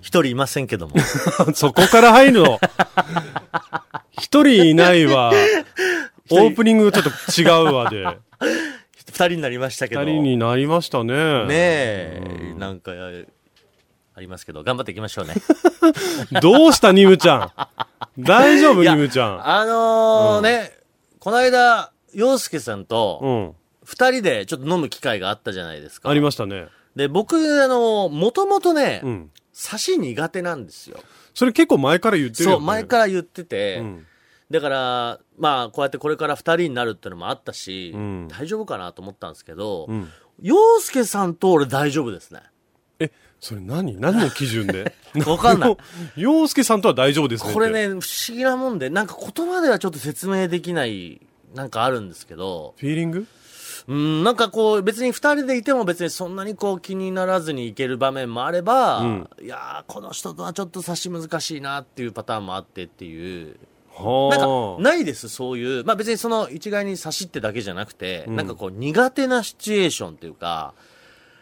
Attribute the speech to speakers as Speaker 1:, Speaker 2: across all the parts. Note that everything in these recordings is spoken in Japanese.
Speaker 1: 一人いませんけど も。
Speaker 2: そこから入るの。一人いな いわ。オ
Speaker 1: 人
Speaker 2: ープニングちょっと違うわで。
Speaker 1: 二人になりましたけど。
Speaker 2: 二人になりましたね。
Speaker 1: ねえ、なんか、ありますけど、頑張っていきましょうね。
Speaker 2: どうした、ニム ちゃん。大丈夫、
Speaker 1: いや
Speaker 2: ニムちゃん。
Speaker 1: あのーね、この間、洋介さん
Speaker 2: う
Speaker 1: と、
Speaker 2: ん。
Speaker 1: 二人でちょっと飲む機会があったじゃないですか。
Speaker 2: ありましたね。
Speaker 1: で、僕、あのー、もともとね、
Speaker 2: うん。
Speaker 1: 刺し苦手なんですよ。
Speaker 2: それ結構前から言ってるよ、
Speaker 1: そ
Speaker 2: ね。
Speaker 1: う、前から言ってて、
Speaker 2: うん。
Speaker 1: だから、まあ、こうやってこれから二人になるってのもあったし、
Speaker 2: うん
Speaker 1: 大丈夫かなと思ったんですけど
Speaker 2: う、ん。
Speaker 1: 洋介さんと俺大丈夫ですね。
Speaker 2: え、それ何何の基準で
Speaker 1: わかんない。
Speaker 2: 洋介さんとは大丈夫ですね。
Speaker 1: これ。ね、不思議なもんで、なんか言葉ではちょっと説明できない、なんかあるんですけど、
Speaker 2: フィーリング
Speaker 1: うん、なんかこう、別に二人でいても別にそんなにこう気にならずにいける場面もあれば、
Speaker 2: うん
Speaker 1: いやー、この人とはちょっと差し難しいなっていうパターンもあってっていう、なんか
Speaker 2: はあ。
Speaker 1: ないです、そういう、まあ別にその一概に差しってだけじゃなくて、
Speaker 2: うん
Speaker 1: なんかこう苦手なシチュエーションっていうか、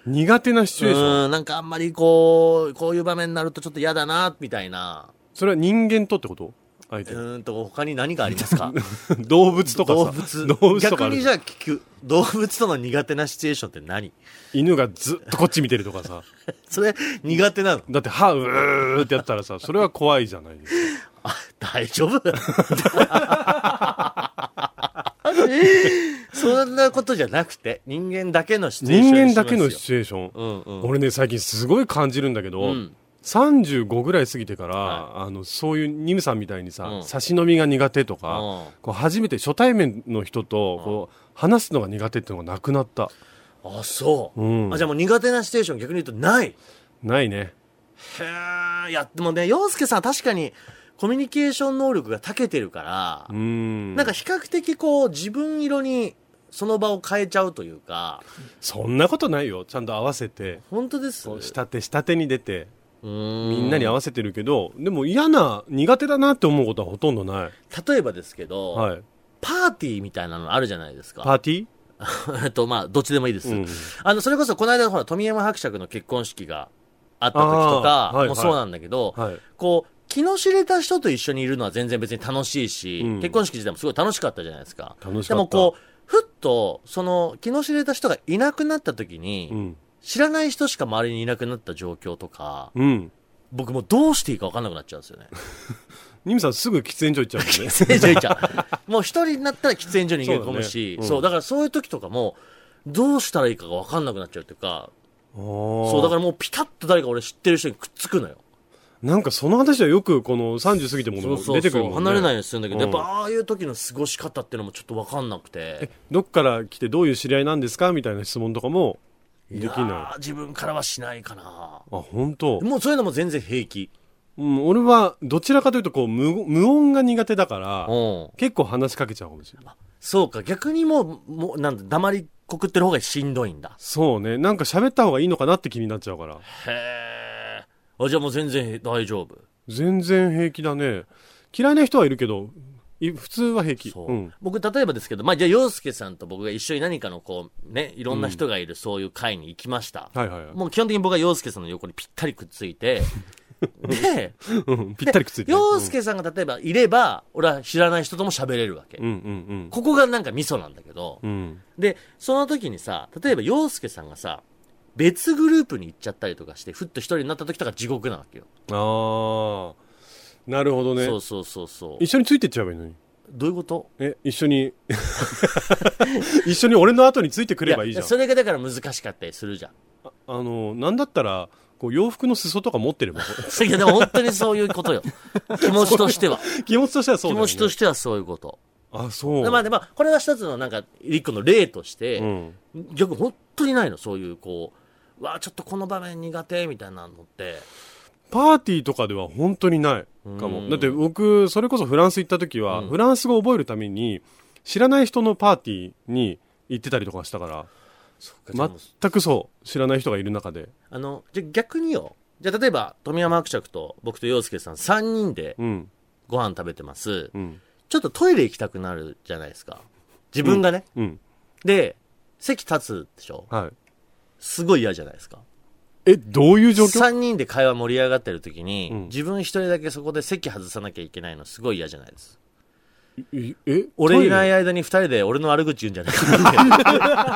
Speaker 2: 苦手なシチュエーション。
Speaker 1: うん、なんかあんまりこう、こういう場面になるとちょっと嫌だな、みたいな、
Speaker 2: それは人間とってこと相
Speaker 1: う
Speaker 2: 手。
Speaker 1: ーんと、他に何がありますか
Speaker 2: 動物とかさ。
Speaker 1: 動物
Speaker 2: 動物とか
Speaker 1: 逆
Speaker 2: ある
Speaker 1: にじゃあ聞く動物との苦手なシチュエーションって何
Speaker 2: 犬がずっとこっち見てるとかさ。
Speaker 1: それ苦手なの
Speaker 2: だって歯うーってやったらさ、それは怖いじゃないですか。
Speaker 1: 大丈 夫そんなことじゃなくて人間だけのシチュエーショ
Speaker 2: 人
Speaker 1: ンにし
Speaker 2: 間
Speaker 1: ま
Speaker 2: だ
Speaker 1: す
Speaker 2: け
Speaker 1: よ
Speaker 2: のシチュエーション。
Speaker 1: うんうん
Speaker 2: 俺ね、最近すごい感じるんだけど、
Speaker 1: うん
Speaker 2: 35ぐらい過ぎてから、
Speaker 1: は
Speaker 2: あの、そういうニムさんみたいにさ、
Speaker 1: うん
Speaker 2: 差し飲みが苦手とか、
Speaker 1: うん
Speaker 2: こう初めて初対面の人とこう話すのが苦手っていうのがなくなった。
Speaker 1: あそう、
Speaker 2: うん
Speaker 1: あじゃあもう苦手なシチュエーション逆に言うとない
Speaker 2: ないね。
Speaker 1: へえいやでもね洋介さんは確かにコミュニケーション能力が長けてるから
Speaker 2: う、ん。
Speaker 1: なんか比較的こう自分色にその場を変えちゃうというか
Speaker 2: そんなことないよ。ちゃんと合わせて、
Speaker 1: 本当です
Speaker 2: こう下手下手に出て、
Speaker 1: うー
Speaker 2: みんなに合わせてるけど、でも嫌な、苦手だなって思うことはほとんどない。
Speaker 1: 例えばですけど、
Speaker 2: はい。
Speaker 1: パーティーみたいなのあるじゃないです
Speaker 2: パ
Speaker 1: か。
Speaker 2: ーティ
Speaker 1: えっと、まあ、どっちでもいいです。
Speaker 2: ー、うん、
Speaker 1: あの、それこそ、この間、ほら、富山伯爵の結婚式があった時とか、
Speaker 2: あーはい
Speaker 1: もうそうなんだけど、
Speaker 2: はい。
Speaker 1: こう、気の知れた人と一緒にいるのは全然別に楽しいし、
Speaker 2: うん
Speaker 1: 結婚式自体もすごい楽しかったじゃないですか。
Speaker 2: 楽し
Speaker 1: で
Speaker 2: かった。
Speaker 1: もこう、ふっと、その、気の知れた人がいなくなった時に、
Speaker 2: うん。
Speaker 1: 知らない人しか周りにいなくなった状況とか、
Speaker 2: うん。
Speaker 1: 僕もうどうしていいか分かんなくなっちゃうんです よね。
Speaker 2: ニムさんすぐ喫煙所行っちゃうもんね。
Speaker 1: 喫煙所行っちゃう。もう一人になったら喫煙所に逃げ込むし、
Speaker 2: そうだね
Speaker 1: そう,、
Speaker 2: うん
Speaker 1: だからそういう時とかも、どうしたらいいかが分かんなくなっちゃうっていうか、
Speaker 2: そ
Speaker 1: そう、だからもうピタッと誰か俺知ってる人にくっつくのよ。
Speaker 2: なんかその話はよくこの30過ぎても
Speaker 1: そうそうそう
Speaker 2: 出てくるもんね。
Speaker 1: 離れないようにするんだけど、
Speaker 2: うん
Speaker 1: やっぱああいう時の過ごし方っていうのもちょっと分かんなくて、
Speaker 2: どっから来てどういう知り合いなんですかみたいな質問とかもでき
Speaker 1: いや
Speaker 2: な
Speaker 1: ー自分からはしないかな。
Speaker 2: い。あ、本当。
Speaker 1: もうそういうのも全然平気。
Speaker 2: うん、俺はどちらかというとこう無無音が苦手だから、
Speaker 1: うん。
Speaker 2: 結構話しかけちゃうかもしれない。
Speaker 1: そうか、逆にもう、もう、なんだ、黙りこくってる方がしんどいんだ。
Speaker 2: そうね。なんか喋った方がいいのかなって気になっちゃうから。
Speaker 1: へー。あ、じゃあもう全然大丈夫。
Speaker 2: 全然平気だね。嫌いな人はいるけど、い普通は平気。
Speaker 1: そう
Speaker 2: う。ん。
Speaker 1: 僕、例えばですけど、まあ、じゃあ、洋介さんと僕が一緒に何かのこう、ね、いろんな人がいるそういう会に行きました。
Speaker 2: はいはいはい。
Speaker 1: もう基本的に僕は洋介さんの横にぴったりくっつい て、で、
Speaker 2: うんぴったりくっついてね。
Speaker 1: 洋介さんが例えばいれば、俺は知らない人とも喋れるわけ。
Speaker 2: うんうん
Speaker 1: ここがなんかミソなんだけど、
Speaker 2: うん。うん。
Speaker 1: で、その時にさ、例えば洋介さんがさ、別グループに行っちゃったりとかして、ふっと一人になった時とか地獄なわけよ。
Speaker 2: ああ。なるほどね
Speaker 1: そ。うそうそうそう
Speaker 2: 一。緒についてっちゃえばいいのに。
Speaker 1: どういうこと
Speaker 2: え、一緒に、 一緒に俺の後についてくればいいじゃん
Speaker 1: や。それがだから難しかったりするじゃん。
Speaker 2: あの、なんだったら、こう洋服の裾とか持 ってれば。
Speaker 1: いや、でも本当にそういう ことよ。気持ちとしては。
Speaker 2: 気持ちとしてはそう
Speaker 1: 気
Speaker 2: だよ、
Speaker 1: 持
Speaker 2: ね。
Speaker 1: ちとしてはそういうこと。
Speaker 2: あ、そう。
Speaker 1: まあでも、これは一つのなんか、一個の例として、
Speaker 2: うん。
Speaker 1: 逆に本当にないの、そういうこう、わあちょっとこの場面苦手みたいなのって。
Speaker 2: パーティーとかでは本当にないか
Speaker 1: う
Speaker 2: も。
Speaker 1: ん
Speaker 2: だって僕、それこそフランス行った時は、
Speaker 1: うん
Speaker 2: フランス語を覚えるために、知らない人のパーティーに行ってたりとかしたから、
Speaker 1: ま、
Speaker 2: 全くそう、知らない人がいる中で。
Speaker 1: あの、じゃあ逆によ。じゃあ例えば、富山伯爵と僕と洋介さん3人で
Speaker 2: うん。
Speaker 1: ご飯食べてます。
Speaker 2: うん。
Speaker 1: ちょっとトイレ行きたくなるじゃないですか。自分がね。
Speaker 2: うん。
Speaker 1: で、席立つでしょ
Speaker 2: はい。
Speaker 1: すごい嫌じゃないですか。
Speaker 2: え、どういう状況
Speaker 1: 3人で会話盛り上がってる時に、
Speaker 2: うん
Speaker 1: 自分一人だけそこで席外さなきゃいけないのすごい嫌じゃないです
Speaker 2: ええ
Speaker 1: 俺い
Speaker 2: トイ
Speaker 1: ない間に2人で俺の悪口言うんじゃないかな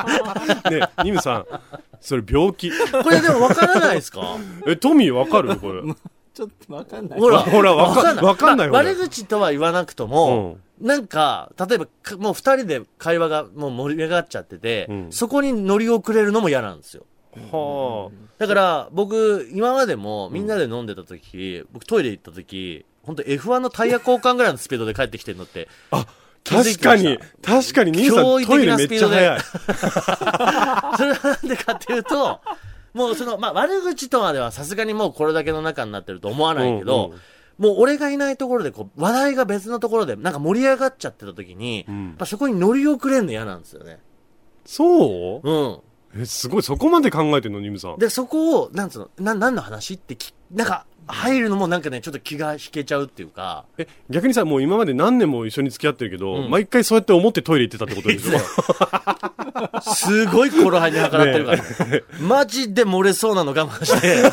Speaker 1: って
Speaker 2: レねえニムさん、それ病気。
Speaker 1: これでも分からないです か
Speaker 2: え、トミーわかるこれ。
Speaker 3: ちょっとわかんない。
Speaker 1: ほら、
Speaker 2: ほらわかわかんない
Speaker 1: まあ
Speaker 2: ほら
Speaker 1: 悪口とは言わなくとも、なんか、例えば、かもう二人で会話がもう盛り上がっちゃってて、
Speaker 2: うん
Speaker 1: そこに乗り遅れるのも嫌なんですよ。
Speaker 2: は
Speaker 1: だから、僕、今までもみんなで飲んでた時、僕トイレ行った時、本当 F1 のタイヤ交換ぐらいのスピードで帰ってきてるのって、
Speaker 2: あ。確かに、確かに、兄さ
Speaker 1: 驚
Speaker 2: ん
Speaker 1: 異
Speaker 2: トイ
Speaker 1: 的
Speaker 2: レ
Speaker 1: な
Speaker 2: め
Speaker 1: ス
Speaker 2: っ
Speaker 1: ピードで
Speaker 2: ちゃ 早い。
Speaker 1: それはなんでかっていうと、もうその、まあ、悪口とまではさすがにもうこれだけの中になってると思わないけど、
Speaker 2: うんうん
Speaker 1: もう俺がいないところでこう、話題が別のところでなんか盛り上がっちゃってた時に、
Speaker 2: うん
Speaker 1: やっぱそこに乗り遅れるの嫌なんですよね。
Speaker 2: そう
Speaker 1: うん。
Speaker 2: え、すごい、そこまで考えてんの、ニムさん。
Speaker 1: で、そこを、なんつうの、な、何の話ってき、なんか、入るのもなんかね、ちょっと気が引けちゃうっていうか、
Speaker 2: え、逆にさ、もう今まで何年も一緒に付き合ってるけど、
Speaker 1: うん
Speaker 2: 毎回そうやって思ってトイレ行ってたってことでしょ
Speaker 1: すごい頃合いに計らってるから、マジで漏れそうなの我慢 して、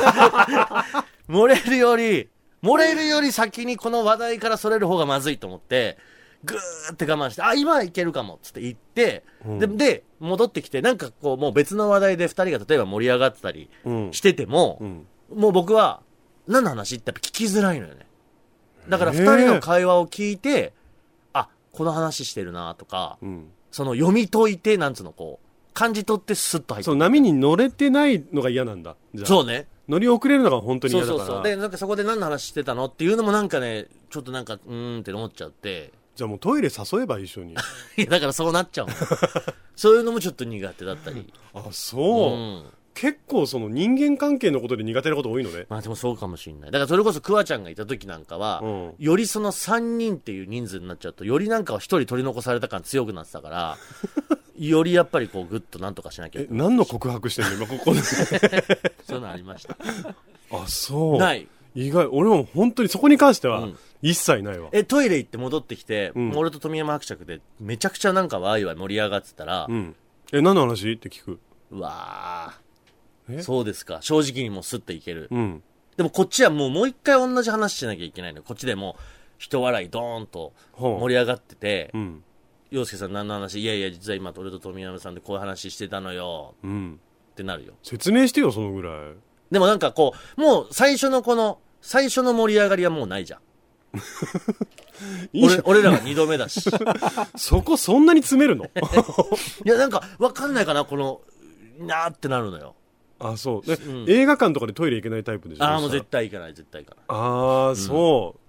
Speaker 1: 漏れるより、漏れるより先にこの話題からそれる方がまずいと思って、ぐーって我慢して、あ、今いけるかも、つって行って、
Speaker 2: うん
Speaker 1: で、で、戻ってきて、なんかこう、もう別の話題で二人が例えば盛り上がってたり
Speaker 2: うん
Speaker 1: してても、
Speaker 2: うん。
Speaker 1: もう僕は、何の話ってやっぱ聞きづらいのよね。だから
Speaker 2: へえ
Speaker 1: 二人の会話を聞いて、あ、この話してるなとか、
Speaker 2: うん。
Speaker 1: その読み解いて、なんつうのこう、感じ取ってスッと入って
Speaker 2: そう、波に乗れてないのが嫌なんだ。じゃあ。
Speaker 1: そうね。
Speaker 2: 乗り遅れるのが本当に
Speaker 1: そ
Speaker 2: 嫌
Speaker 1: う
Speaker 2: だ
Speaker 1: そ
Speaker 2: か
Speaker 1: う
Speaker 2: ら。
Speaker 1: そう。で、なんかそこで何の話してたのっていうのもなんかね、ちょっとなんか、うーんって思っちゃって。
Speaker 2: じゃあもうトイレ誘えば一緒に。
Speaker 1: いや、だからそうなっちゃう のそういうのもちょっと苦手だったり。
Speaker 2: あ、
Speaker 1: う
Speaker 2: そう。
Speaker 1: ん。
Speaker 2: 結構その人間関係のことで苦手なこと多いのね。
Speaker 1: まあでもそうかもしんない。だからそれこそクワちゃんがいた時なんかは、
Speaker 2: うん
Speaker 1: よりその3人っていう人数になっちゃうと、よりなんかは1人取り残された感強くなってたから、 よりやっぱりこうグッとなんとかしなきゃい
Speaker 2: え、
Speaker 1: けない。
Speaker 2: 何の告白してんの今こ こで。
Speaker 1: そういうのありました。
Speaker 2: あ、そう。
Speaker 1: ない。
Speaker 2: 意外、俺も本当にそこに関しては
Speaker 1: うん
Speaker 2: 一切ないわ。
Speaker 1: え、トイレ行って戻ってきて、
Speaker 2: うん
Speaker 1: 俺と富山伯爵でめちゃくちゃなんかワイワイ盛り上がってたら
Speaker 2: う、ん。え、何の話って聞く。
Speaker 1: うわー
Speaker 2: え
Speaker 1: そうですか。正直にもうスッといける。
Speaker 2: うん。
Speaker 1: でもこっちはもうもう一回同じ話しなきゃいけないのよ。こっちでもう、人笑いドーンと盛り上がってて、
Speaker 2: うん。
Speaker 1: 洋介さん何の話いやいや、実は今俺と富山さんでこういう話してたのよ、
Speaker 2: うん。
Speaker 1: ってなるよ。
Speaker 2: 説明してよ、そのぐらい。
Speaker 1: でもなんかこう、もう最初のこの、最初の盛り上がりはもうないじゃん。
Speaker 2: いいじゃ
Speaker 1: 俺俺
Speaker 2: ん
Speaker 1: らが二度目だ し。
Speaker 2: そこそんなに詰めるの
Speaker 1: いや、なんか、わかんないかな、この、なーってなるのよ。
Speaker 2: あ、そう。で
Speaker 1: うん
Speaker 2: 映画館とかでトイレ行けないタイプでしょ
Speaker 1: ああ、もう
Speaker 2: そし
Speaker 1: 絶対行かない、絶対行かない。
Speaker 2: たらあー、そう。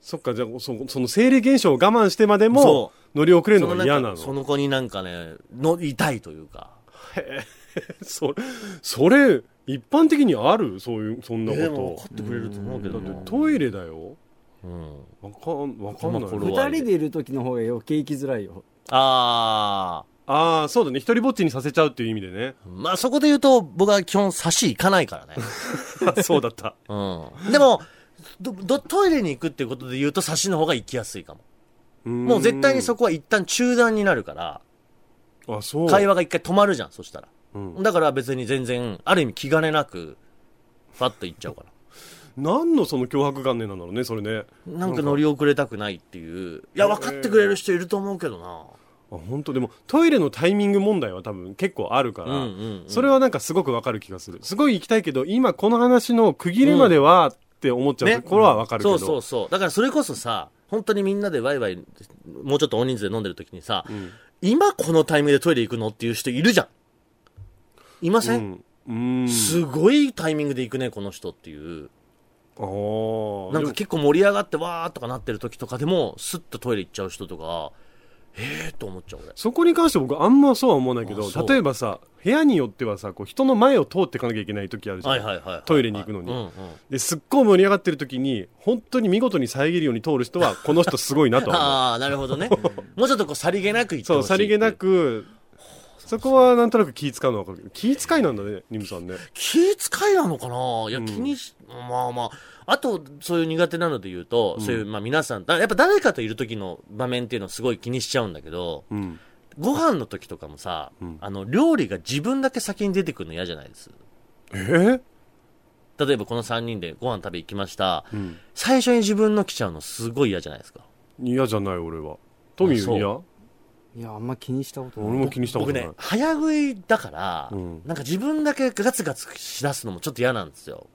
Speaker 2: そっか、じゃあそ、その生理現象を我慢してまでも
Speaker 1: そ、
Speaker 2: 乗り遅れる
Speaker 1: そ
Speaker 2: の
Speaker 1: のな
Speaker 2: が
Speaker 1: ん
Speaker 2: 嫌
Speaker 1: か
Speaker 2: なの。
Speaker 1: その子になんかね、の、痛いというか。
Speaker 2: それ、それ、一般的にあるそういう、そんな
Speaker 1: えー
Speaker 2: こ
Speaker 1: でも分か
Speaker 2: と。
Speaker 1: ってくれると思うけどな
Speaker 2: だってトイレだよ。
Speaker 1: うん。
Speaker 2: わかん、わかんない
Speaker 1: まあこれ
Speaker 2: よ。
Speaker 1: は
Speaker 3: 二人でいる時の方が余計行きづらいよ。
Speaker 1: あ
Speaker 2: ああ、そうだね。一人ぼっちにさせちゃうっていう意味でね。
Speaker 1: あまあそこで言うと、僕は基本差し行かないからね。
Speaker 2: あそうだった。
Speaker 1: うん。でも、ど、ど、トイレに行くっていうことで言うと差しの方が行きやすいかも。 も
Speaker 2: も
Speaker 1: う絶対にそこは一旦中断になるから、
Speaker 2: あ、そう。
Speaker 1: 会話が一回止まるじゃん、そしたら。
Speaker 2: うん
Speaker 1: だから別に全然、ある意味気兼ねなく、ファッと行っちゃうから。
Speaker 2: 何のその脅迫観念なんだろうね、それね。
Speaker 1: なんか乗り遅れたくないっていう。いや、分かってくれる人いると思うけどな。
Speaker 2: あ本当でもトイレのタイミング問題は多分結構あるから、
Speaker 1: うんうんうん
Speaker 2: それはなんかすごくわかる気がするすごい行きたいけど今この話の区切れまではって思っちゃうところはわかるけど、
Speaker 1: そうそうそう。だからそれこそさ、本当にみんなでワイワイ、もうちょっと大人数で飲んでる時にさ、
Speaker 2: ん
Speaker 1: 今このタイミングでトイレ行くのっていう人いるじゃん。いません、
Speaker 2: うん、うん
Speaker 1: すごいタイミングで行くね、この人っていう。
Speaker 2: あー
Speaker 1: なんか結構盛り上がってわーとかなってる時とかでも、スッとトイレ行っちゃう人とか、えーと思っちゃう俺。
Speaker 2: そこに関して僕あんまそうは思わないけど
Speaker 1: あそう
Speaker 2: 例えばさ部屋によってはさこう人の前を通っていかなきゃいけない時あるじゃん、
Speaker 1: はいはいはいはい。
Speaker 2: トイレに行くのに
Speaker 1: うんうん。
Speaker 2: ですっごい盛り上がってる時に本当に見事に遮るように通る人はこの人すごいなとは 思う
Speaker 1: ああ、なるほど ね。もうちょっとこう、さりげなく行って
Speaker 2: そ
Speaker 1: ほ
Speaker 2: う
Speaker 1: しい
Speaker 2: さりげな
Speaker 1: く。
Speaker 2: くそこはなんとなく気使うのは分かるけど気使いなんだねニムさんね
Speaker 1: 気遣いなのかないや、気にし、まあまあ。あと、そういう苦手なので言うと、そういう、まあ皆さん、だやっぱ誰かといる時の場面っていうのをすごい気にしちゃうんだけど、
Speaker 2: うん
Speaker 1: ご飯の時とかもさ、
Speaker 2: うん
Speaker 1: あの、料理が自分だけ先に出てくるの嫌じゃないです。
Speaker 2: えー
Speaker 1: 例えばこの3人でご飯食べ行きました、
Speaker 2: うん
Speaker 1: 最初に自分の来ちゃうのすごい嫌じゃないですか
Speaker 2: 嫌じゃない俺はトミ
Speaker 1: あそ
Speaker 2: ー
Speaker 1: う
Speaker 2: 嫌
Speaker 3: いやあんま気にしたことない
Speaker 2: 俺も気にしたこ
Speaker 1: 僕
Speaker 2: とない、
Speaker 1: ね早食いだから、
Speaker 2: うん
Speaker 1: なんか自分だけガツガツしだすのもちょっと嫌なんですよ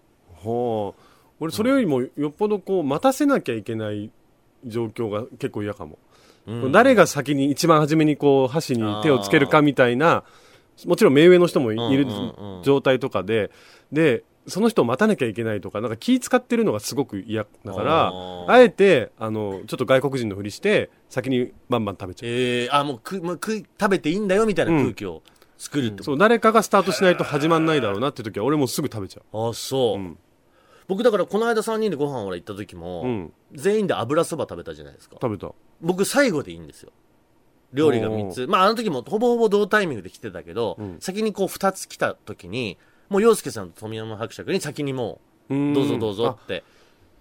Speaker 2: はあ俺それよりもよっぽどこう待たせなきゃいけない状況が結構嫌かも、
Speaker 1: うん
Speaker 2: 誰が先に一番初めにこう箸に手をつけるかみたいなもちろん目上の人もいる
Speaker 1: うんうんうん
Speaker 2: 状態とかで、でその人を待たなきゃいけないとかなんか気使ってるのがすごく嫌だから
Speaker 1: あー
Speaker 2: あえてあのちょっと外国人のふりして先にバンバン食べちゃう
Speaker 1: えー、あもうくもう食い食べていいんだよみたいな空気を作るってこと、
Speaker 2: そう誰かがスタートしないと始まんないだろうなって時は俺もうすぐ食べちゃ
Speaker 1: あそう、
Speaker 2: う、うん
Speaker 1: 僕だからこの間3人でご飯俺行った時も、
Speaker 2: うん、
Speaker 1: 全員で油そば食べたじゃないですか
Speaker 2: 食べた
Speaker 1: 僕最後でいいんですよ料理が3つまああの時もほぼほぼ同タイミングで来てたけど、
Speaker 2: うん
Speaker 1: 先にこう2つ来た時にもう洋介さんと富山伯爵に先にも
Speaker 2: う
Speaker 1: うんどうぞどうぞって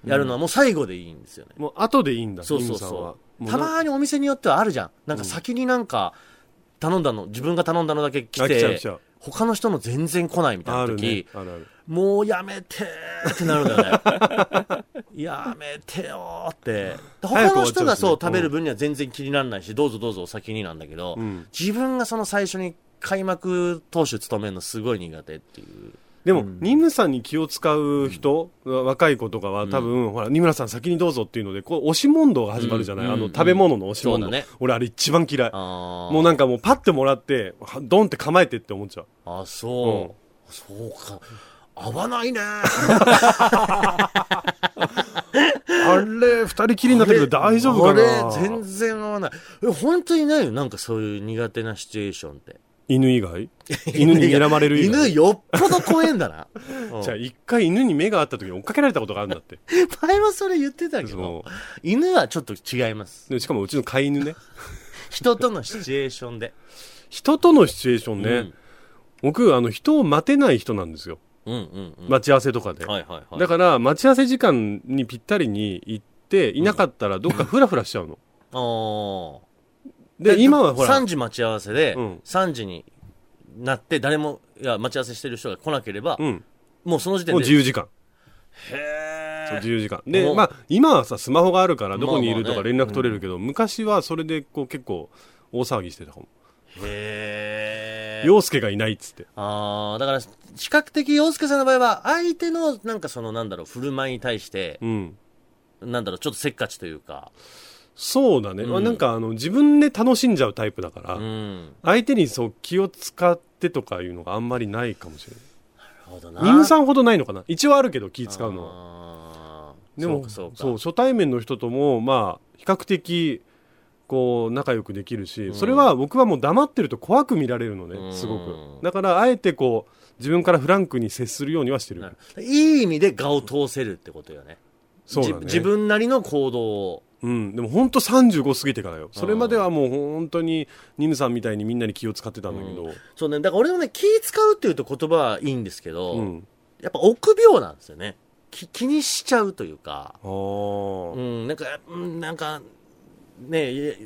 Speaker 1: やるのはもう最後でいいんですよね、
Speaker 2: もう後でいいんだ、
Speaker 1: そうそう
Speaker 2: イムさんは
Speaker 1: そ
Speaker 2: も
Speaker 1: う
Speaker 2: う
Speaker 1: たまにお店によってはあるじゃんなんか先になんか頼んだの自分が頼んだのだけ来
Speaker 2: あ来ちゃう
Speaker 1: て
Speaker 2: 来ちゃう
Speaker 1: 他の人の全然来ないみたい
Speaker 2: あ
Speaker 1: な
Speaker 2: るね
Speaker 1: 時。
Speaker 2: あるある。
Speaker 1: もうやめてーってなるんだよ ね。やめてよーって。他
Speaker 2: 早く終
Speaker 1: の
Speaker 2: わっちゃ
Speaker 1: 人
Speaker 2: うしね
Speaker 1: がそう
Speaker 2: うん
Speaker 1: 食べる分には全然気にならないし、どうぞどうぞお先になんだけど、
Speaker 2: うん
Speaker 1: 自分がその最初に開幕投手務めるのすごい苦手っていう。
Speaker 2: でも、ニムさんに気を使う人、若い子とかは多分、ほら、ニムラさん先にどうぞっていうので、こう、押し問答が始まるじゃない、
Speaker 1: うん
Speaker 2: あの、
Speaker 1: うん
Speaker 2: 食べ物の押し問
Speaker 1: そ
Speaker 2: 答。
Speaker 1: うだね
Speaker 2: 俺、あれ一番嫌い。
Speaker 1: あー
Speaker 2: もうなんかもう、パッてもらって、はドンって構えてって思っちゃう。
Speaker 1: あ、そう。そうか。合わないねー。
Speaker 2: あれ、二人きりになってくるけど大丈夫かな
Speaker 1: 俺、全然合わない。え、本当にないよ。なんかそういう苦手なシチュエーションって。
Speaker 2: 犬以外犬に睨まれる以
Speaker 1: 犬
Speaker 2: 外。
Speaker 1: よっぽど怖えんだな。うん
Speaker 2: じゃあ、一回犬に目が合った時に追っかけられたことがあるんだって。
Speaker 1: 前もそれ言ってたけど
Speaker 2: そ、
Speaker 1: 犬はちょっと違います。
Speaker 2: でしかも、うちの飼い犬ね。
Speaker 1: 人とのシチュエーションで。
Speaker 2: 人とのシチュエーションね。
Speaker 1: うん
Speaker 2: 僕、あの、人を待てない人なんですよ。
Speaker 1: うんうんうん。
Speaker 2: 待ち合わせとかで。
Speaker 1: はいはいはい。
Speaker 2: だから、待ち合わせ時間にぴったりに行って、いなかったらど っかフラフラしちゃうの。
Speaker 1: あー
Speaker 2: で、今はほら
Speaker 1: 3、時待ち合わせで、
Speaker 2: うん
Speaker 1: 3時になって、誰も、いや、待ち合わせしてる人が来なければ、
Speaker 2: うん、
Speaker 1: もうその時点
Speaker 2: もう
Speaker 1: で。
Speaker 2: 自由時間。
Speaker 1: へ
Speaker 2: そ
Speaker 1: ー
Speaker 2: う自由時間。
Speaker 1: も
Speaker 2: で、
Speaker 1: う
Speaker 2: まあ、今はさ、スマホがあるから、どこにいる
Speaker 1: まあ
Speaker 2: とか
Speaker 1: まあ
Speaker 2: 連絡取れるけど、昔はそれで、こう、結構、大騒ぎしてたかも。
Speaker 1: へー
Speaker 2: 洋介がいないっつって。
Speaker 1: あーだから、比較的、洋介さんの場合は、相手の、なんかその、なんだろう、振る舞いに対して、
Speaker 2: うん。
Speaker 1: なんだろう、ちょっとせっかちというか、
Speaker 2: そうだね。
Speaker 1: うん
Speaker 2: まあなんか、あの、自分で楽しんじゃうタイプだから、
Speaker 1: うん。
Speaker 2: 相手にそう、気を使ってとかいうのがあんまりないかもしれない。
Speaker 1: なるほど
Speaker 2: ニム
Speaker 1: ん
Speaker 2: さんほどないのかな一応あるけど、気使うのは。
Speaker 1: は。
Speaker 2: でも
Speaker 1: そうか
Speaker 2: そ
Speaker 1: そう
Speaker 2: う
Speaker 1: か。
Speaker 2: 初対面の人ともまあ比較的こう仲良くできるし、
Speaker 1: うん
Speaker 2: それは僕はもう黙ってると怖く見られるの
Speaker 1: う
Speaker 2: ね
Speaker 1: ん
Speaker 2: すごくだからあえてこう自分からフランクに接するようにはしてる
Speaker 1: なるいい意味で顔を通せるってことよね。
Speaker 2: そうだね
Speaker 1: じ自分なりの行動を。
Speaker 2: うんでも本当35過ぎてからよそれまではもう本当にニムさんみたいにみんなに気を使ってたんだけど、
Speaker 1: そうね。だから俺もね、気使うっていうと言葉はいいんですけど、
Speaker 2: うん
Speaker 1: やっぱ臆病なんですよね。き気にしちゃうというか、
Speaker 2: あー
Speaker 1: うん、なんか、うんなんか、ねえ、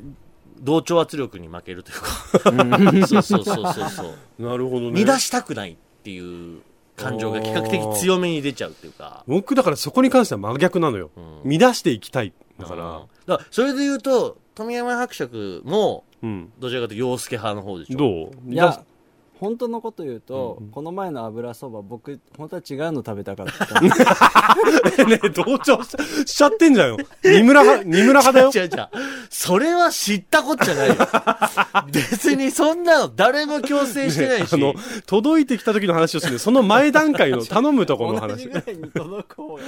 Speaker 1: 同調圧力に負けるというか、 そうそうそうそうそう。
Speaker 2: なるほど ね
Speaker 1: 煮出したくないっていう感情が比較的強めに出ちゃうっていうか。
Speaker 2: 僕だからそこに関しては真逆なのよ、
Speaker 1: うん
Speaker 2: 乱していきたいだか
Speaker 1: う
Speaker 2: ら
Speaker 1: ん、だからそれで言うと、富山伯爵も、
Speaker 2: うん、
Speaker 1: どちらかというと洋介派の方でしょ。
Speaker 2: どう
Speaker 3: い
Speaker 2: 乱し
Speaker 3: や本当のこと言うと、この前の油そば僕本当は違うの食べたか った
Speaker 2: ねえ、同調ししちゃってんじゃんよ。二村派、二村派だ よ。
Speaker 1: 違う違う。それは知ったこっちゃない よ。別にそんなの誰も強制してないし。
Speaker 2: あの、届いてきた時の話をするんで、その前段 階の頼むとこの
Speaker 3: 同
Speaker 2: 話
Speaker 3: じぐ。らいに届く方が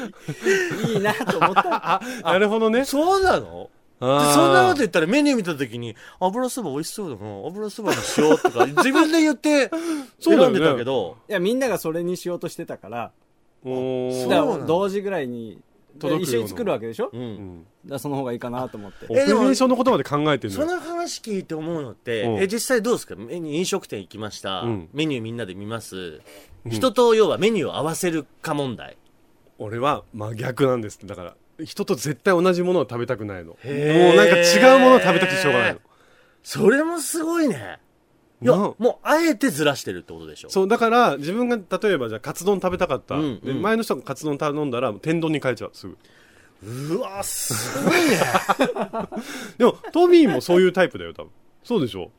Speaker 3: いいいいなと思 った
Speaker 2: なるほどね。
Speaker 1: そうなので
Speaker 2: あー
Speaker 1: そんなこと言ったらメニュー見た時に、油そば美味しそうだな、油そばにしようと か、自分で言って、
Speaker 2: そうだよ
Speaker 1: 選ん
Speaker 2: ね
Speaker 1: でたけど、
Speaker 3: いやみんながそれにしようとしてたから
Speaker 2: おー
Speaker 1: そう
Speaker 3: だ
Speaker 1: な
Speaker 3: か
Speaker 1: の
Speaker 3: ら同時ぐらいに
Speaker 2: 届くような
Speaker 3: 一緒に作るわけでし
Speaker 1: う。
Speaker 3: ょ、だか
Speaker 2: うんん
Speaker 3: らその方がいいかなと思って
Speaker 2: オペレーションのことまで考えてる
Speaker 1: そ
Speaker 2: のよ。
Speaker 1: の話聞いて思うのって、
Speaker 2: うん
Speaker 1: え、実際どうですかメニュー飲食店行きました、
Speaker 2: うん
Speaker 1: メニューみんなで見ます。人と要はメニューを合わせるか問題。
Speaker 2: 俺は真逆なんです。だから、人と絶対同じものを食べたくないの。もう
Speaker 1: へー
Speaker 2: なんか違うものを食べたくてしょうがないの。
Speaker 1: それもすごいね。いや、
Speaker 2: な
Speaker 1: もう、あえてずらしてるってことでしょ。
Speaker 2: そう、だから、自分が、例えば、じゃあ、カツ丼食べたかった。
Speaker 1: うんうん
Speaker 2: で前の人がカツ丼頼んだら、天丼に変えちゃう、すぐ。
Speaker 1: うわ、すごいね。
Speaker 2: でも、トミーもそういうタイプだよ、多分。そうでしょ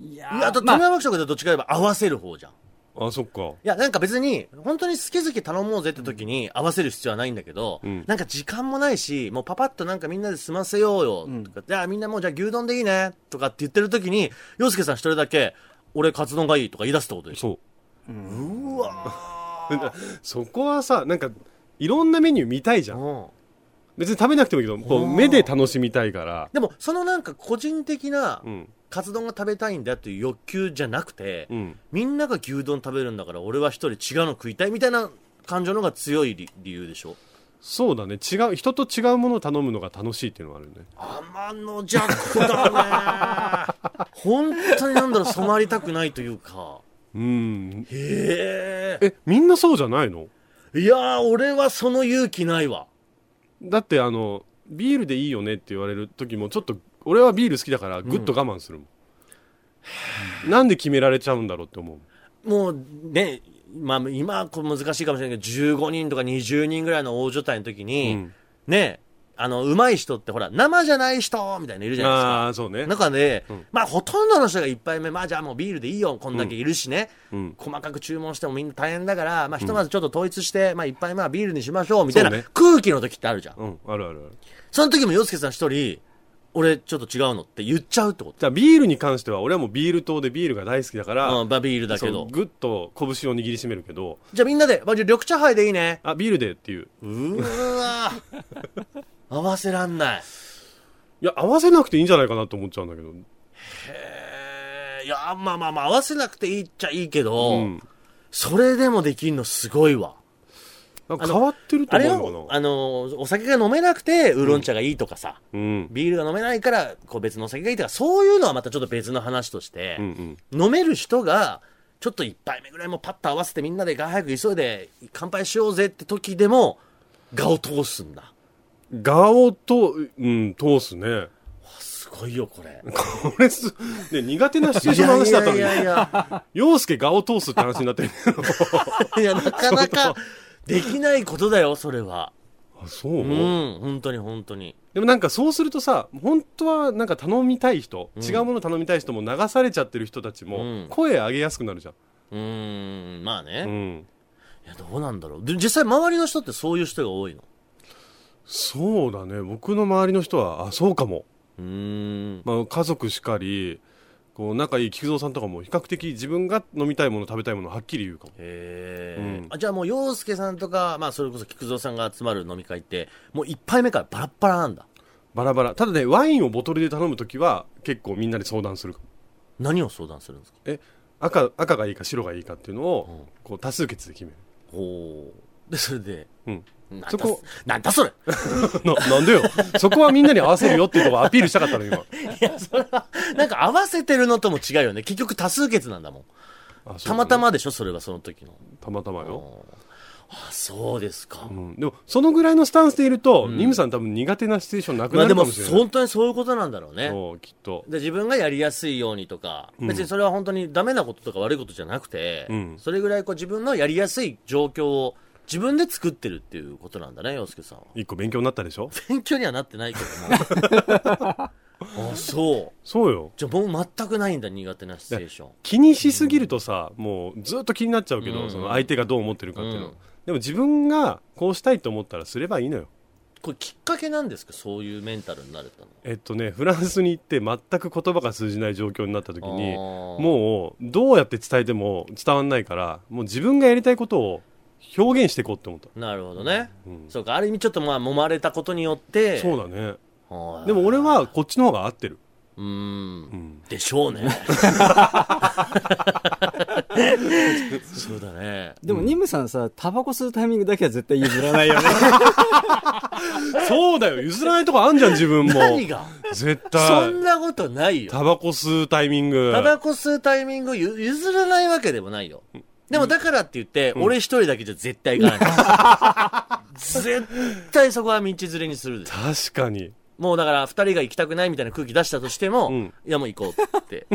Speaker 3: いや
Speaker 1: い や、あと、富
Speaker 3: まあ、
Speaker 1: 山学食でどっちか言えば合わせる方じゃん。
Speaker 2: あ、そっか。
Speaker 1: いや、なんか別に、本当に好き好き頼もうぜって時に合わせる必要はないんだけど、
Speaker 2: うん
Speaker 1: なんか時間もないし、もうパパッとなんかみんなで済ませようよ、とか、じゃあみんなもうじゃあ牛丼でいいね、とかって言ってる時に、洋介さん一人だけ、俺カツ丼がいいとか言い出すってことでしょ。
Speaker 2: そう。
Speaker 1: うわ
Speaker 2: だ そこはさ、なんか、いろんなメニュー見たいじゃん。
Speaker 1: ーうん
Speaker 2: 別に食べなくてもいいけど、こう、目で楽しみたいから。
Speaker 1: でも、そのなんか個人的な
Speaker 2: う、ん。
Speaker 1: カツ丼が食べたいんだっていう欲求じゃなくて、
Speaker 2: うん。
Speaker 1: みんなが牛丼食べるんだから俺は一人違うの食いたいみたいな感情の方が強い理理由でしょ
Speaker 2: そうだね。違う、人と違うものを頼むのが楽しいっていうのはあるよね。
Speaker 1: 天のジャックだね 本当になんだろう染まりたくないというか
Speaker 2: うん。
Speaker 1: へえ
Speaker 2: え、みんなそうじゃないの
Speaker 1: いやー俺はその勇気ないわ
Speaker 2: だって、あの、ビールでいいよねって言われる時も、ちょっと、俺はビール好きだから、ぐっと我慢するもん。なんで決められちゃうんだろうって思う。
Speaker 1: もうねまあ、今はこう難しいかもしれないけど15人とか20人ぐらいの大所帯の時に、
Speaker 2: うん
Speaker 1: ねあのうまい人ってほら生じゃない人みたいなのいるじゃないですか
Speaker 2: ああー、そうね。
Speaker 1: 中で、
Speaker 2: ん
Speaker 1: まあほとんどの人が一杯目、まあじゃあもうビールでいいよ、こんだけいるしね、
Speaker 2: うん。
Speaker 1: 細かく注文してもみんな大変だから、まあひとまずちょっと統一して、まあ一杯目はビールにしましょうみたいな
Speaker 2: そうね
Speaker 1: 空気の時ってあるじゃん。
Speaker 2: うん、あるあるある。
Speaker 1: その時も洋介さん一人、俺ちょっと違うのって言っちゃうってこ
Speaker 2: じゃあ、ビールに関しては、俺はもうビール党でビールが大好きだから、
Speaker 1: と。うん、まあビールだけ
Speaker 2: そう
Speaker 1: ど。
Speaker 2: ぐっと拳を握りしめるけど、
Speaker 1: じゃあみんなで、まあ、じゃあ緑茶杯でいいね。
Speaker 2: あ、ビールでっていう。
Speaker 1: うーわー 合わせらんない。
Speaker 2: いや、合わせなくていいんじゃないかなと思っちゃうんだけど。
Speaker 1: へーいや、まあまあまあ合わせなくていいっちゃいいけど、
Speaker 2: うん。
Speaker 1: それでもできんのすごいわ。
Speaker 2: なんか
Speaker 1: あの
Speaker 2: 変わってると
Speaker 1: あれ
Speaker 2: 思うの
Speaker 1: よ、
Speaker 2: かな
Speaker 1: あの、お酒が飲めなくて、ウーロン茶がいいとかさ、
Speaker 2: うん。
Speaker 1: ビールが飲めないから、こう別のお酒がいいとか、そういうのはまたちょっと別の話として
Speaker 2: うんう、ん。
Speaker 1: 飲める人が、ちょっと一杯目ぐらいもパッと合わせてみんなでが早く急いで乾杯しようぜって時でも、我を通すんだ。
Speaker 2: ガオと、うん、通すね。
Speaker 1: すごいよ、これ。
Speaker 2: これす、ね、苦手なシチュエーションの
Speaker 1: い
Speaker 2: 話だったの
Speaker 1: やい
Speaker 2: に、
Speaker 1: やいや、
Speaker 2: 洋介ガオ通すって話に なってる。
Speaker 1: いや、なかなかできないことだよ、それは。
Speaker 2: あ、そう、
Speaker 1: うん、本当に本当に。
Speaker 2: でもなんかそうするとさ、本当はなんか頼みたい人、違うもの頼みたい人も流されちゃってる人たち
Speaker 1: うん
Speaker 2: も、声上げやすくなるじゃん。
Speaker 1: うーん、まあね。
Speaker 2: う
Speaker 1: い
Speaker 2: ん。
Speaker 1: や、どうなんだろう。で、実際周りの人ってそういう人が多いの
Speaker 2: そうだね。僕の周りの人は、あ、そうかも。
Speaker 1: うーん。
Speaker 2: まあ、家族しかりこう仲いい菊蔵さんとかも比較的自分が飲みたいもの食べたいものはっきり言うかも
Speaker 1: へ
Speaker 2: う
Speaker 1: え
Speaker 2: ん、
Speaker 1: あじゃあもう洋介さんとか、まあ、それこそ菊蔵さんが集まる飲み会ってもう一杯目からバラッバラなんだ
Speaker 2: バラバラただねワインをボトルで頼む時は結構みんなで相談するかも
Speaker 1: 何を相談するんですか
Speaker 2: え赤赤がいいか白がいいかっていうのをこう多数決で決める
Speaker 1: ほうでそれで
Speaker 2: うん
Speaker 1: なんだ
Speaker 2: そこ
Speaker 1: なんだそれ
Speaker 2: ななんでよそこはみんなに合わせるよっていうとこアピールしたかったの今
Speaker 1: なんか合わせてるのとも違うよね結局多数決なんだもん
Speaker 2: あそう
Speaker 1: たまたまでしょそれはその時の
Speaker 2: たまたまよ、
Speaker 1: うんあそうですか、
Speaker 2: うん、でもそのぐらいのスタンスでいると、ニムさん多分苦手なシチュエーションなく
Speaker 1: まあ
Speaker 2: な
Speaker 1: で
Speaker 2: るか
Speaker 1: も
Speaker 2: もしれない、
Speaker 1: 本当にそういうことなんだろうね
Speaker 2: そうきっと
Speaker 1: で自分がやりやすいようにとか、別にそれは本当にダメなこととか悪いことじゃなくて、
Speaker 2: うん
Speaker 1: それぐらいこう自分のやりやすい状況を自分で作ってるっていうことなんだね、洋介さんは。
Speaker 2: 一個勉強になったでしょ
Speaker 1: 勉強にはなってないけども。あ、そう。
Speaker 2: そうよ
Speaker 1: じゃあもう全くないんだ、苦手なシチュエーション。
Speaker 2: 気にしすぎるとさ、もうずっと気になっちゃうけど、
Speaker 1: うん
Speaker 2: その相手がどう思ってるかっていうの、
Speaker 1: うん
Speaker 2: でも自分がこうしたいと思ったらすればいいのよ
Speaker 1: これきっかけなんですかそういうメンタルになれたの。
Speaker 2: えっとねフランスに行って全く言葉が通じない状況になった時に
Speaker 1: あー
Speaker 2: もうどうやって伝えても伝わんないからもう自分がやりたいことを表現していこうって思った、
Speaker 1: なるほどね。
Speaker 2: うん
Speaker 1: そうか、ある意味ちょっとまあ揉まれたことによって。
Speaker 2: そうだね
Speaker 1: はい
Speaker 2: でも俺はこっちの方が合ってる、
Speaker 1: うーん
Speaker 2: う。ん、
Speaker 1: でしょうね。そうだね。
Speaker 3: でも、ニムさんさ、タバコ吸うタイミングだけは絶対譲らないよね。
Speaker 2: そうだよ譲らないとこあんじゃん自分も
Speaker 1: 何が
Speaker 2: 絶
Speaker 1: そ
Speaker 2: 対
Speaker 1: んなことないよ。
Speaker 2: タバコ吸うタイミング
Speaker 1: タバコ吸うタイミングをゆ譲らないわけでもないよ。でもだからって言って、俺一人だけじゃ絶対行かない。絶対そこは道連れにするでしょ
Speaker 2: 確かに
Speaker 1: もうだから二人が行きたくないみたいな空気出したとしても、
Speaker 2: うん
Speaker 1: いやもう行こうって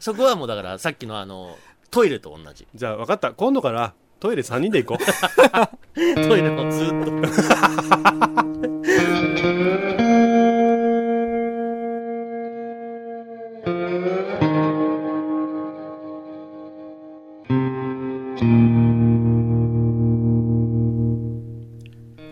Speaker 1: そこはもうだからさっきのあのトイレと同じ
Speaker 2: じゃあ分かった今度からトイレ3人で行こう
Speaker 1: トイレもずっと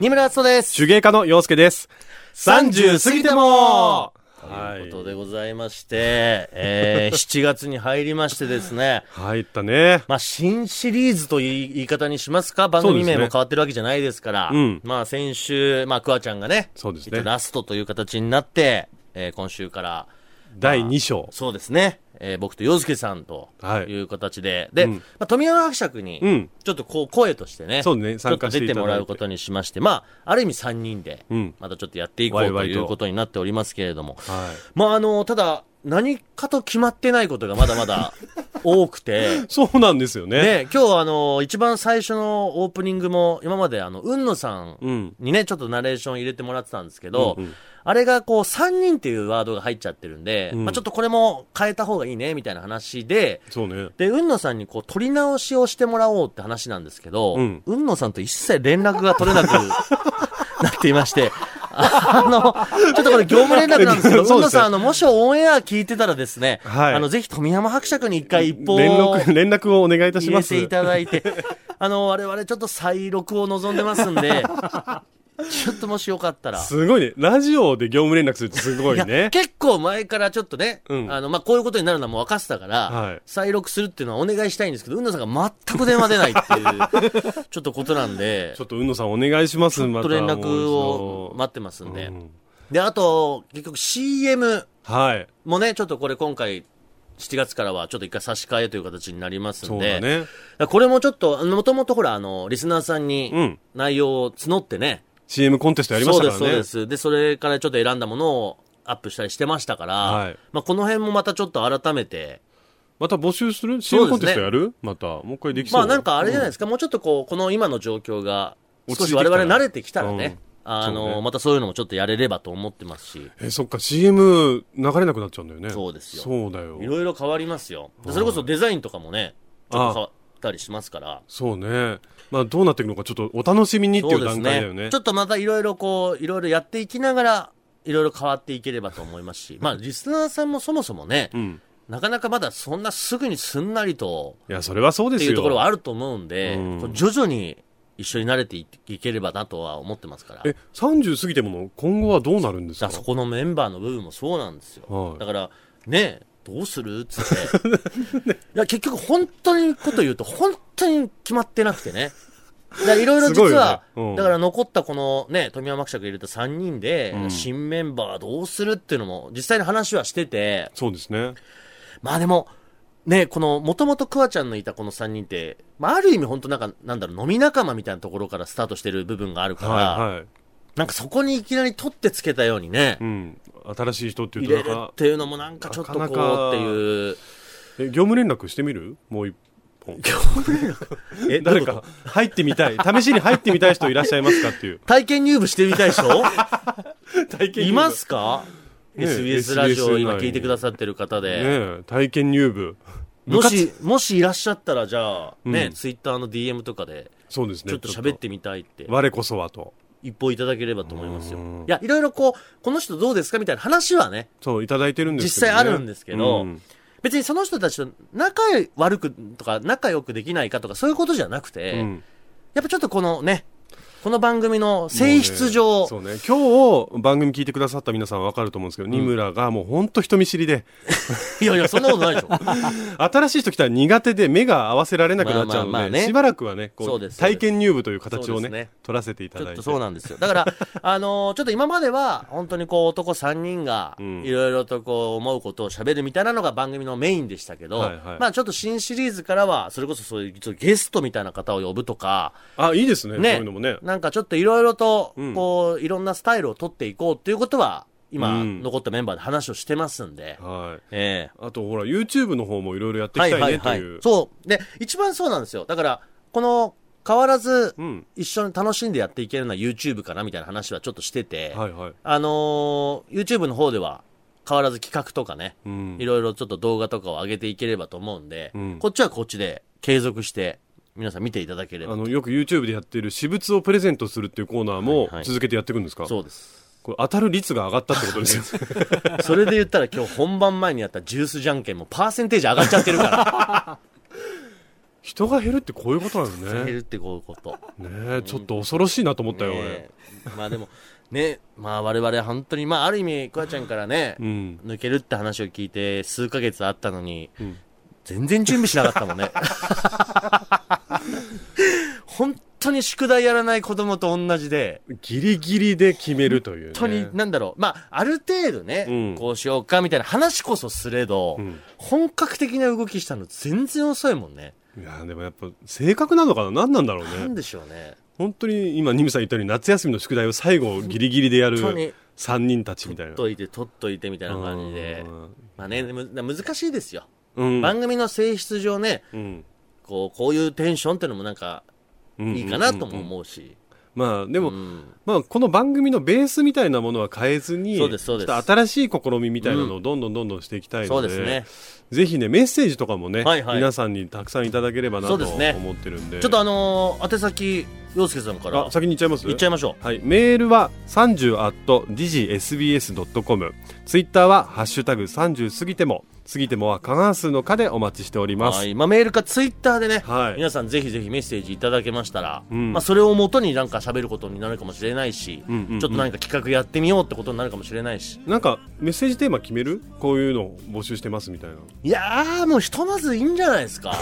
Speaker 1: 二村敦です
Speaker 2: 手芸家の陽介です30過ぎても
Speaker 1: と
Speaker 2: はい
Speaker 1: いうことでございまして、えー、7月に入りましてですね、
Speaker 2: 入ったね
Speaker 1: まあ、新シリーズという言い方にしますか番組
Speaker 2: そうで
Speaker 1: 名
Speaker 2: すね
Speaker 1: も変わってるわけじゃないですから、
Speaker 2: うん
Speaker 1: まあ先週、まあ、クワちゃんがね、
Speaker 2: そうです
Speaker 1: 一応
Speaker 2: ね
Speaker 1: ラストという形になって、えー今週から、
Speaker 2: 第2章
Speaker 1: そうですね、えー僕と洋介さんと
Speaker 2: はい
Speaker 1: いう形で、で、
Speaker 2: うん
Speaker 1: まあ、富山伯爵
Speaker 2: う
Speaker 1: に、
Speaker 2: ん
Speaker 1: ちょっとこう声としてね、
Speaker 2: そうね参加して
Speaker 1: ちょっと出
Speaker 2: いただいて
Speaker 1: てもらうことにしまして、まあ、ある意味3人で、
Speaker 2: うん
Speaker 1: またちょっとやっていこう
Speaker 2: ワイ
Speaker 1: と
Speaker 2: ワイと
Speaker 1: いうことになっておりますけれども、
Speaker 2: はい
Speaker 1: まあ、あの、ただ、何かと決まってないことがまだまだ多く て、
Speaker 2: そうなんですよね
Speaker 1: ね、今日あの、一番最初のオープニングも、今まであの、うんのさん
Speaker 2: うん
Speaker 1: にね、ちょっとナレーション入れてもらってたんですけど、
Speaker 2: うんうん
Speaker 1: あれがこう、3人っていうワードが入っちゃってるんで、
Speaker 2: うん
Speaker 1: まあちょっとこれも変えた方がいいね、みたいな話で、
Speaker 2: そうね
Speaker 1: で、うんのさんにこう、取り直しをしてもらおうって話なんですけど、
Speaker 2: うん
Speaker 1: うんのさんと一切連絡が取れなく なっていまして、あの、ちょっとこれ業務連絡なんですけど、
Speaker 2: そ
Speaker 1: う
Speaker 2: うですね
Speaker 1: んのさん、あの、もしオンエア聞いてたらですね、
Speaker 2: はい
Speaker 1: あの、ぜひ富山伯爵に一回一報を
Speaker 2: 連絡 連絡をお願いいたし
Speaker 1: 入れ
Speaker 2: ます
Speaker 1: ていただいて、 あの、我々ちょっと再録を望んでますんで、 ちょっともしよかったら。
Speaker 2: すごいねラジオで業務連絡するってすごい
Speaker 1: いや
Speaker 2: ね
Speaker 1: 結構前からちょっとね、
Speaker 2: うん
Speaker 1: あの、まあ、こういうことになるのはもう分かってたから、
Speaker 2: はい
Speaker 1: 再録するっていうのはお願いしたいんですけど、うんのさんが全く電話出ない っていう、ちょっとことなんで、
Speaker 2: ちょっとうんのさんお願いします
Speaker 1: ちょっと連絡を
Speaker 2: ま
Speaker 1: 待ってます
Speaker 2: た
Speaker 1: ん
Speaker 2: もう一
Speaker 1: で。
Speaker 2: 度
Speaker 1: で、あと、結局 CM
Speaker 2: はい
Speaker 1: もね、ちょっとこれ今回、7月からはちょっと一回差し替えという形になります
Speaker 2: そ
Speaker 1: ん
Speaker 2: う
Speaker 1: で、
Speaker 2: だね
Speaker 1: これもちょっと、もともとほら、あの、リスナーさんに、
Speaker 2: うん
Speaker 1: 内容を募ってね。
Speaker 2: CM コンテストやりましたからね
Speaker 1: そうです、そうです。で、それからちょっと選んだものをアップしたりしてましたから、
Speaker 2: はい
Speaker 1: まあ、この辺もまたちょっと改めて、
Speaker 2: また募集する
Speaker 1: そうですね
Speaker 2: ?CM コンテストやる、また。もう一回できそう。
Speaker 1: まあなんかあれじゃないですか、もうちょっとこう、この今の状況が、
Speaker 2: 落
Speaker 1: 少
Speaker 2: ち着
Speaker 1: し
Speaker 2: いてきた
Speaker 1: 我
Speaker 2: ら
Speaker 1: 々慣れてきたらね、あ
Speaker 2: そう
Speaker 1: の、
Speaker 2: ね
Speaker 1: またそういうのもちょっとやれればと思ってますし、
Speaker 2: え、そっか、CM 流れなくなっちゃうんだよね。
Speaker 1: そうですよ
Speaker 2: そうだよ
Speaker 1: い。ろいろ変わりますよ。でそれこそデザインとかもね、ちょっと変わったりしますから。
Speaker 2: そうね。まあどうなっていくのか、ちょっとお楽しみにっていう段階だよね。
Speaker 1: ちょっとまたいろいろこう、いろいろやっていきながら、いろいろ変わっていければと思いますし、まあ、リスナーさんもそもそもね、
Speaker 2: うん。
Speaker 1: なかなかまだそんなすぐにすんなりと、
Speaker 2: いや、それはそうで
Speaker 1: って
Speaker 2: す
Speaker 1: い
Speaker 2: よ。
Speaker 1: うところはあると思うんで、
Speaker 2: うん
Speaker 1: こう徐々に一緒に慣れていければなとは思ってますから。
Speaker 2: え、30過ぎてもの、今後はどうなるんです
Speaker 1: だ
Speaker 2: か
Speaker 1: からそこのメンバーの部分もそうなんですよ。
Speaker 2: はい
Speaker 1: だから、ねえ、どうするっつ って。いや、結局本当にこと言うと、本当に決まってなくてね。だからいろいろ
Speaker 2: すご
Speaker 1: 実
Speaker 2: いよね
Speaker 1: は、
Speaker 2: うん
Speaker 1: だから残ったこのね、富山伯爵入れた3人で、
Speaker 2: うん
Speaker 1: 新メンバーどうするっていうのも、実際に話はしてて、
Speaker 2: そうですね。
Speaker 1: まあでも、ね、この、もともとクワちゃんのいたこの3人って、まあある意味本当なんか、なんだろう、飲み仲間みたいなところからスタートしてる部分があるから、
Speaker 2: はいはい。
Speaker 1: なんかそこにいきなり取ってつけたようにね、
Speaker 2: うん。新しい人っていう
Speaker 1: 入
Speaker 2: と
Speaker 1: れ
Speaker 2: な
Speaker 1: る
Speaker 2: んか
Speaker 1: っ、ていうのもなんかちょっとこう
Speaker 2: なかなか
Speaker 1: っていう。
Speaker 2: え、業務連絡してみるもう一本。
Speaker 1: え。
Speaker 2: 誰か、入ってみたい。試しに入ってみたい人いらっしゃいますかっていう
Speaker 1: 体験入部してみた い人
Speaker 2: 体験
Speaker 1: いますか
Speaker 2: ね
Speaker 1: ?SBS ラジオ
Speaker 2: SBS
Speaker 1: 今聞いてくださってる方
Speaker 2: ね
Speaker 1: で。
Speaker 2: え、体験入部。
Speaker 1: もし、もしいらっしゃったらじゃあ、
Speaker 2: う
Speaker 1: ね、
Speaker 2: ん
Speaker 1: ツイッターの DM とかで、
Speaker 2: そうですね。
Speaker 1: ちょっと喋ってみたいって、
Speaker 2: 我こそはと。
Speaker 1: 一報いただければと思いますよ
Speaker 2: う
Speaker 1: い
Speaker 2: ん。
Speaker 1: や、いろいろこう、この人どうですかみたいな話はね、
Speaker 2: そう、いただいてるんですけど、ね。
Speaker 1: 実際あるんですけど
Speaker 2: うん
Speaker 1: 別にその人たちと仲悪くとか、仲良くできないかとか、そういうことじゃなくて、
Speaker 2: うん
Speaker 1: やっぱちょっとこのね、この番組の性質上、
Speaker 2: そうね。今日、番組聞いてくださった皆さんはわかると思うんですけど、二村がもうほんと人見知りで、
Speaker 1: いやいや、そんなことないでしょ。
Speaker 2: 新しい人来たら苦手で目が合わせられなくなっち
Speaker 1: ま
Speaker 2: ゃうので、
Speaker 1: あまあまあね
Speaker 2: しばらくはね、こ
Speaker 1: そう
Speaker 2: う
Speaker 1: ですそうです
Speaker 2: 体験入部という形
Speaker 1: そ
Speaker 2: をね
Speaker 1: うですね
Speaker 2: 取らせていた
Speaker 1: ち
Speaker 2: だ
Speaker 1: ょっ
Speaker 2: い。
Speaker 1: てとそうなんですよ。だ から、あのーちょっと今までは、本当にこう、男3人が、
Speaker 2: うん
Speaker 1: いろいろとこう、思うことを喋るみたいなのが番組のメインでしたけど、
Speaker 2: はいはい
Speaker 1: まあちょっと新シリーズからは、それこそそういう、ちょっとゲストみたいな方を呼ぶとか、
Speaker 2: あ、いいですね。
Speaker 1: ね
Speaker 2: そういうのもね。
Speaker 1: なんかちょっといろいろと
Speaker 2: う、ん
Speaker 1: こう、いろんなスタイルを取っていこうっていうことは、今、
Speaker 2: うん
Speaker 1: 残ったメンバーで話をしてますんで、
Speaker 2: はい。
Speaker 1: ええ
Speaker 2: あと、ほら、YouTube の方もいろいろやっていきたいねという。
Speaker 1: そう。で、一番そうなんですよ。だから、この、変わらず、
Speaker 2: うん。
Speaker 1: 一緒に楽しんでやっていけるのは YouTube かなみたいな話はちょっとしてて、
Speaker 2: はいはい。
Speaker 1: あのー YouTube の方では、変わらず企画とかね、
Speaker 2: うん
Speaker 1: いろいろちょっと動画とかを上げていければと思うんで、
Speaker 2: うん
Speaker 1: こっちはこっちで継続して、皆さん見ていただけれ
Speaker 2: あ
Speaker 1: ば。
Speaker 2: のよく YouTube でやってる私物をプレゼントするっていうコーナーも
Speaker 1: はいはい
Speaker 2: 続けてやっていくんですか、
Speaker 1: そうです。
Speaker 2: これ当たる率が上がったってことですよ
Speaker 1: それで言ったら今日本番前にやったジュースじゃんけんもパーセンテージ上がっちゃってるか
Speaker 2: 人が減るってこういうことなんです
Speaker 1: ら、減る
Speaker 2: ね
Speaker 1: ってこういうこと。
Speaker 2: ねえちょっと恐ろしいなと思ったよ、
Speaker 1: ねえまあでも、ね、まあ我々本当に、まあある意味、くわちゃんからね、
Speaker 2: 俺うん
Speaker 1: 抜けるって話を聞いて数ヶ月あったのに、
Speaker 2: うん
Speaker 1: 全然準備しなかったもん ね。本当に宿題やらない子供と同じで、
Speaker 2: ギリギリで決めるという、
Speaker 1: 本
Speaker 2: ね、
Speaker 1: 当に、なんだろう、まあ、ある程度ね、
Speaker 2: うん
Speaker 1: こうしようかみたいな話こそすれど、
Speaker 2: うん
Speaker 1: 本格的な動きしたの全然遅いもんね。
Speaker 2: いやでもやっぱ性格なのかな何なんだろう
Speaker 1: なん
Speaker 2: ね
Speaker 1: でしょうね。
Speaker 2: 本当に今ニムさん言ったように夏休みの宿題を最後ギリギリでやる
Speaker 1: 本当に
Speaker 2: 3人たちみたいな
Speaker 1: 取っといて、取っといてみたいな感じで。まあね、む難しいですよ。
Speaker 2: うん
Speaker 1: 番組の性質上ね、
Speaker 2: うん
Speaker 1: こう、こういうテンションってのもなんか、
Speaker 2: うん
Speaker 1: いいかなとも
Speaker 2: うんうんうん
Speaker 1: 思うし。
Speaker 2: まあでも、
Speaker 1: うん
Speaker 2: まあ、この番組のベースみたいなものは変えずに
Speaker 1: そうですそうです
Speaker 2: ちょっと新しい試みみたいなのをどんどんどんどんしていきたい
Speaker 1: そ
Speaker 2: の
Speaker 1: う
Speaker 2: で,、
Speaker 1: ですね。
Speaker 2: ぜひねメッセージとかもね、
Speaker 1: はいはい
Speaker 2: 皆さんにたくさんいただければな
Speaker 1: そ
Speaker 2: と
Speaker 1: うですね
Speaker 2: 思ってるんで
Speaker 1: ちょっとあのー宛先、洋介さんから
Speaker 2: あ、先に言っちゃいます
Speaker 1: 言っちゃいましょ
Speaker 2: はい、メールは30 at digsbs.com ツイッターは「ハッシュタグ #30 過ぎても」過ぎてもは過半数の「か」でお待ちしており
Speaker 1: う。
Speaker 2: ま
Speaker 1: は
Speaker 2: す
Speaker 1: い。まあ、メールかツイッターでね、
Speaker 2: はい
Speaker 1: 皆さんぜひぜひメッセージいただけましたら、
Speaker 2: うん
Speaker 1: まあ、それをもとになんか喋ることになるかもしれないし、
Speaker 2: うんうんうん
Speaker 1: ちょっと何か企画やってみようってことになるかもしれないし。
Speaker 2: なんかメッセージテーマ決めるこういうのを募集してますみたいない
Speaker 1: やー、もうひとまずいいんじゃないです か。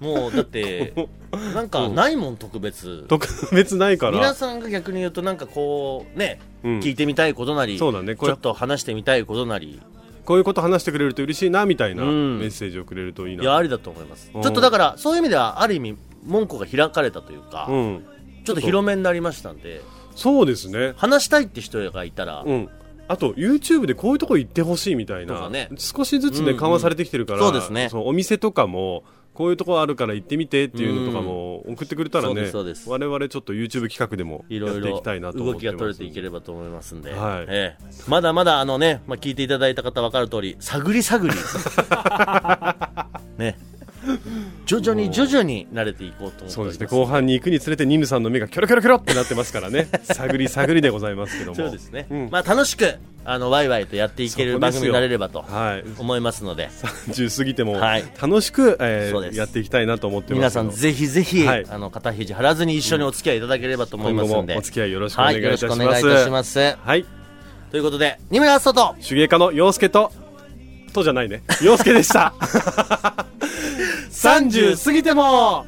Speaker 1: もう、だって、 なんかないもん、特別。
Speaker 2: 特別ないか
Speaker 1: 皆
Speaker 2: ら
Speaker 1: さんが逆に言うとなんかこうね、
Speaker 2: うん
Speaker 1: 聞いてみたいことなり
Speaker 2: そうだね
Speaker 1: ち
Speaker 2: これ
Speaker 1: ょっと話してみたいことなり
Speaker 2: こういうこと話してくれると嬉しいなみたいなメ
Speaker 1: うん
Speaker 2: ッセージをくれるといい
Speaker 1: いや
Speaker 2: な、
Speaker 1: ありだと思いますち
Speaker 2: う
Speaker 1: ょ
Speaker 2: ん
Speaker 1: っとだからそういう意味ではある意味門戸が開かれたというか、
Speaker 2: うん、
Speaker 1: ちょっと広めになりましたんで
Speaker 2: そうですね
Speaker 1: 話したいって人がいたら、
Speaker 2: うんあと YouTube でこういうとこ行ってほしいみたい
Speaker 1: と
Speaker 2: な、
Speaker 1: かね
Speaker 2: 少しずつ
Speaker 1: うん
Speaker 2: ね
Speaker 1: うん
Speaker 2: 緩和されてきてるから、
Speaker 1: そうですね
Speaker 2: のお店とかもこういうとこあるから行ってみてっていうのとかも送ってくれたら
Speaker 1: そうで
Speaker 2: ね
Speaker 1: すそうです
Speaker 2: 我々ちょっと YouTube 企画でも
Speaker 1: い
Speaker 2: やっ
Speaker 1: ろい
Speaker 2: ていき
Speaker 1: ろ
Speaker 2: たいなと思っ
Speaker 1: 動
Speaker 2: てます
Speaker 1: きが取れていければと思いますんで、
Speaker 2: はい
Speaker 1: ええまだまだあのね、まあ、聞いていただいた方分かる通り探り 探りね徐々に徐々に慣れていこうと思っております
Speaker 2: そうですね後半に行くにつれてニムさんの目がキョロキョロキョロってなってますからね探り探りでございますけども
Speaker 1: そうですね、
Speaker 2: うん
Speaker 1: まあ楽しくあのワイワイとやっていける
Speaker 2: そこで
Speaker 1: 番
Speaker 2: すよ
Speaker 1: 組になれればと
Speaker 2: はい
Speaker 1: 思いますので
Speaker 2: 10過ぎても
Speaker 1: はい
Speaker 2: 楽しく、えー
Speaker 1: そうです
Speaker 2: やっていきたいなと思ってま
Speaker 1: 皆
Speaker 2: すけ
Speaker 1: さ
Speaker 2: ど
Speaker 1: んぜひぜひ、
Speaker 2: はい
Speaker 1: あの肩肘張らずに一緒にお付き合いいただければと思い
Speaker 2: 今
Speaker 1: ま
Speaker 2: 後
Speaker 1: すので、
Speaker 2: もお付き合いよろしくお願いいたします、
Speaker 1: はい、よろしくお願いいたします
Speaker 2: はい
Speaker 1: ということで二村敦人と
Speaker 2: 手芸家の洋介ととじゃないね洋介でした30過ぎても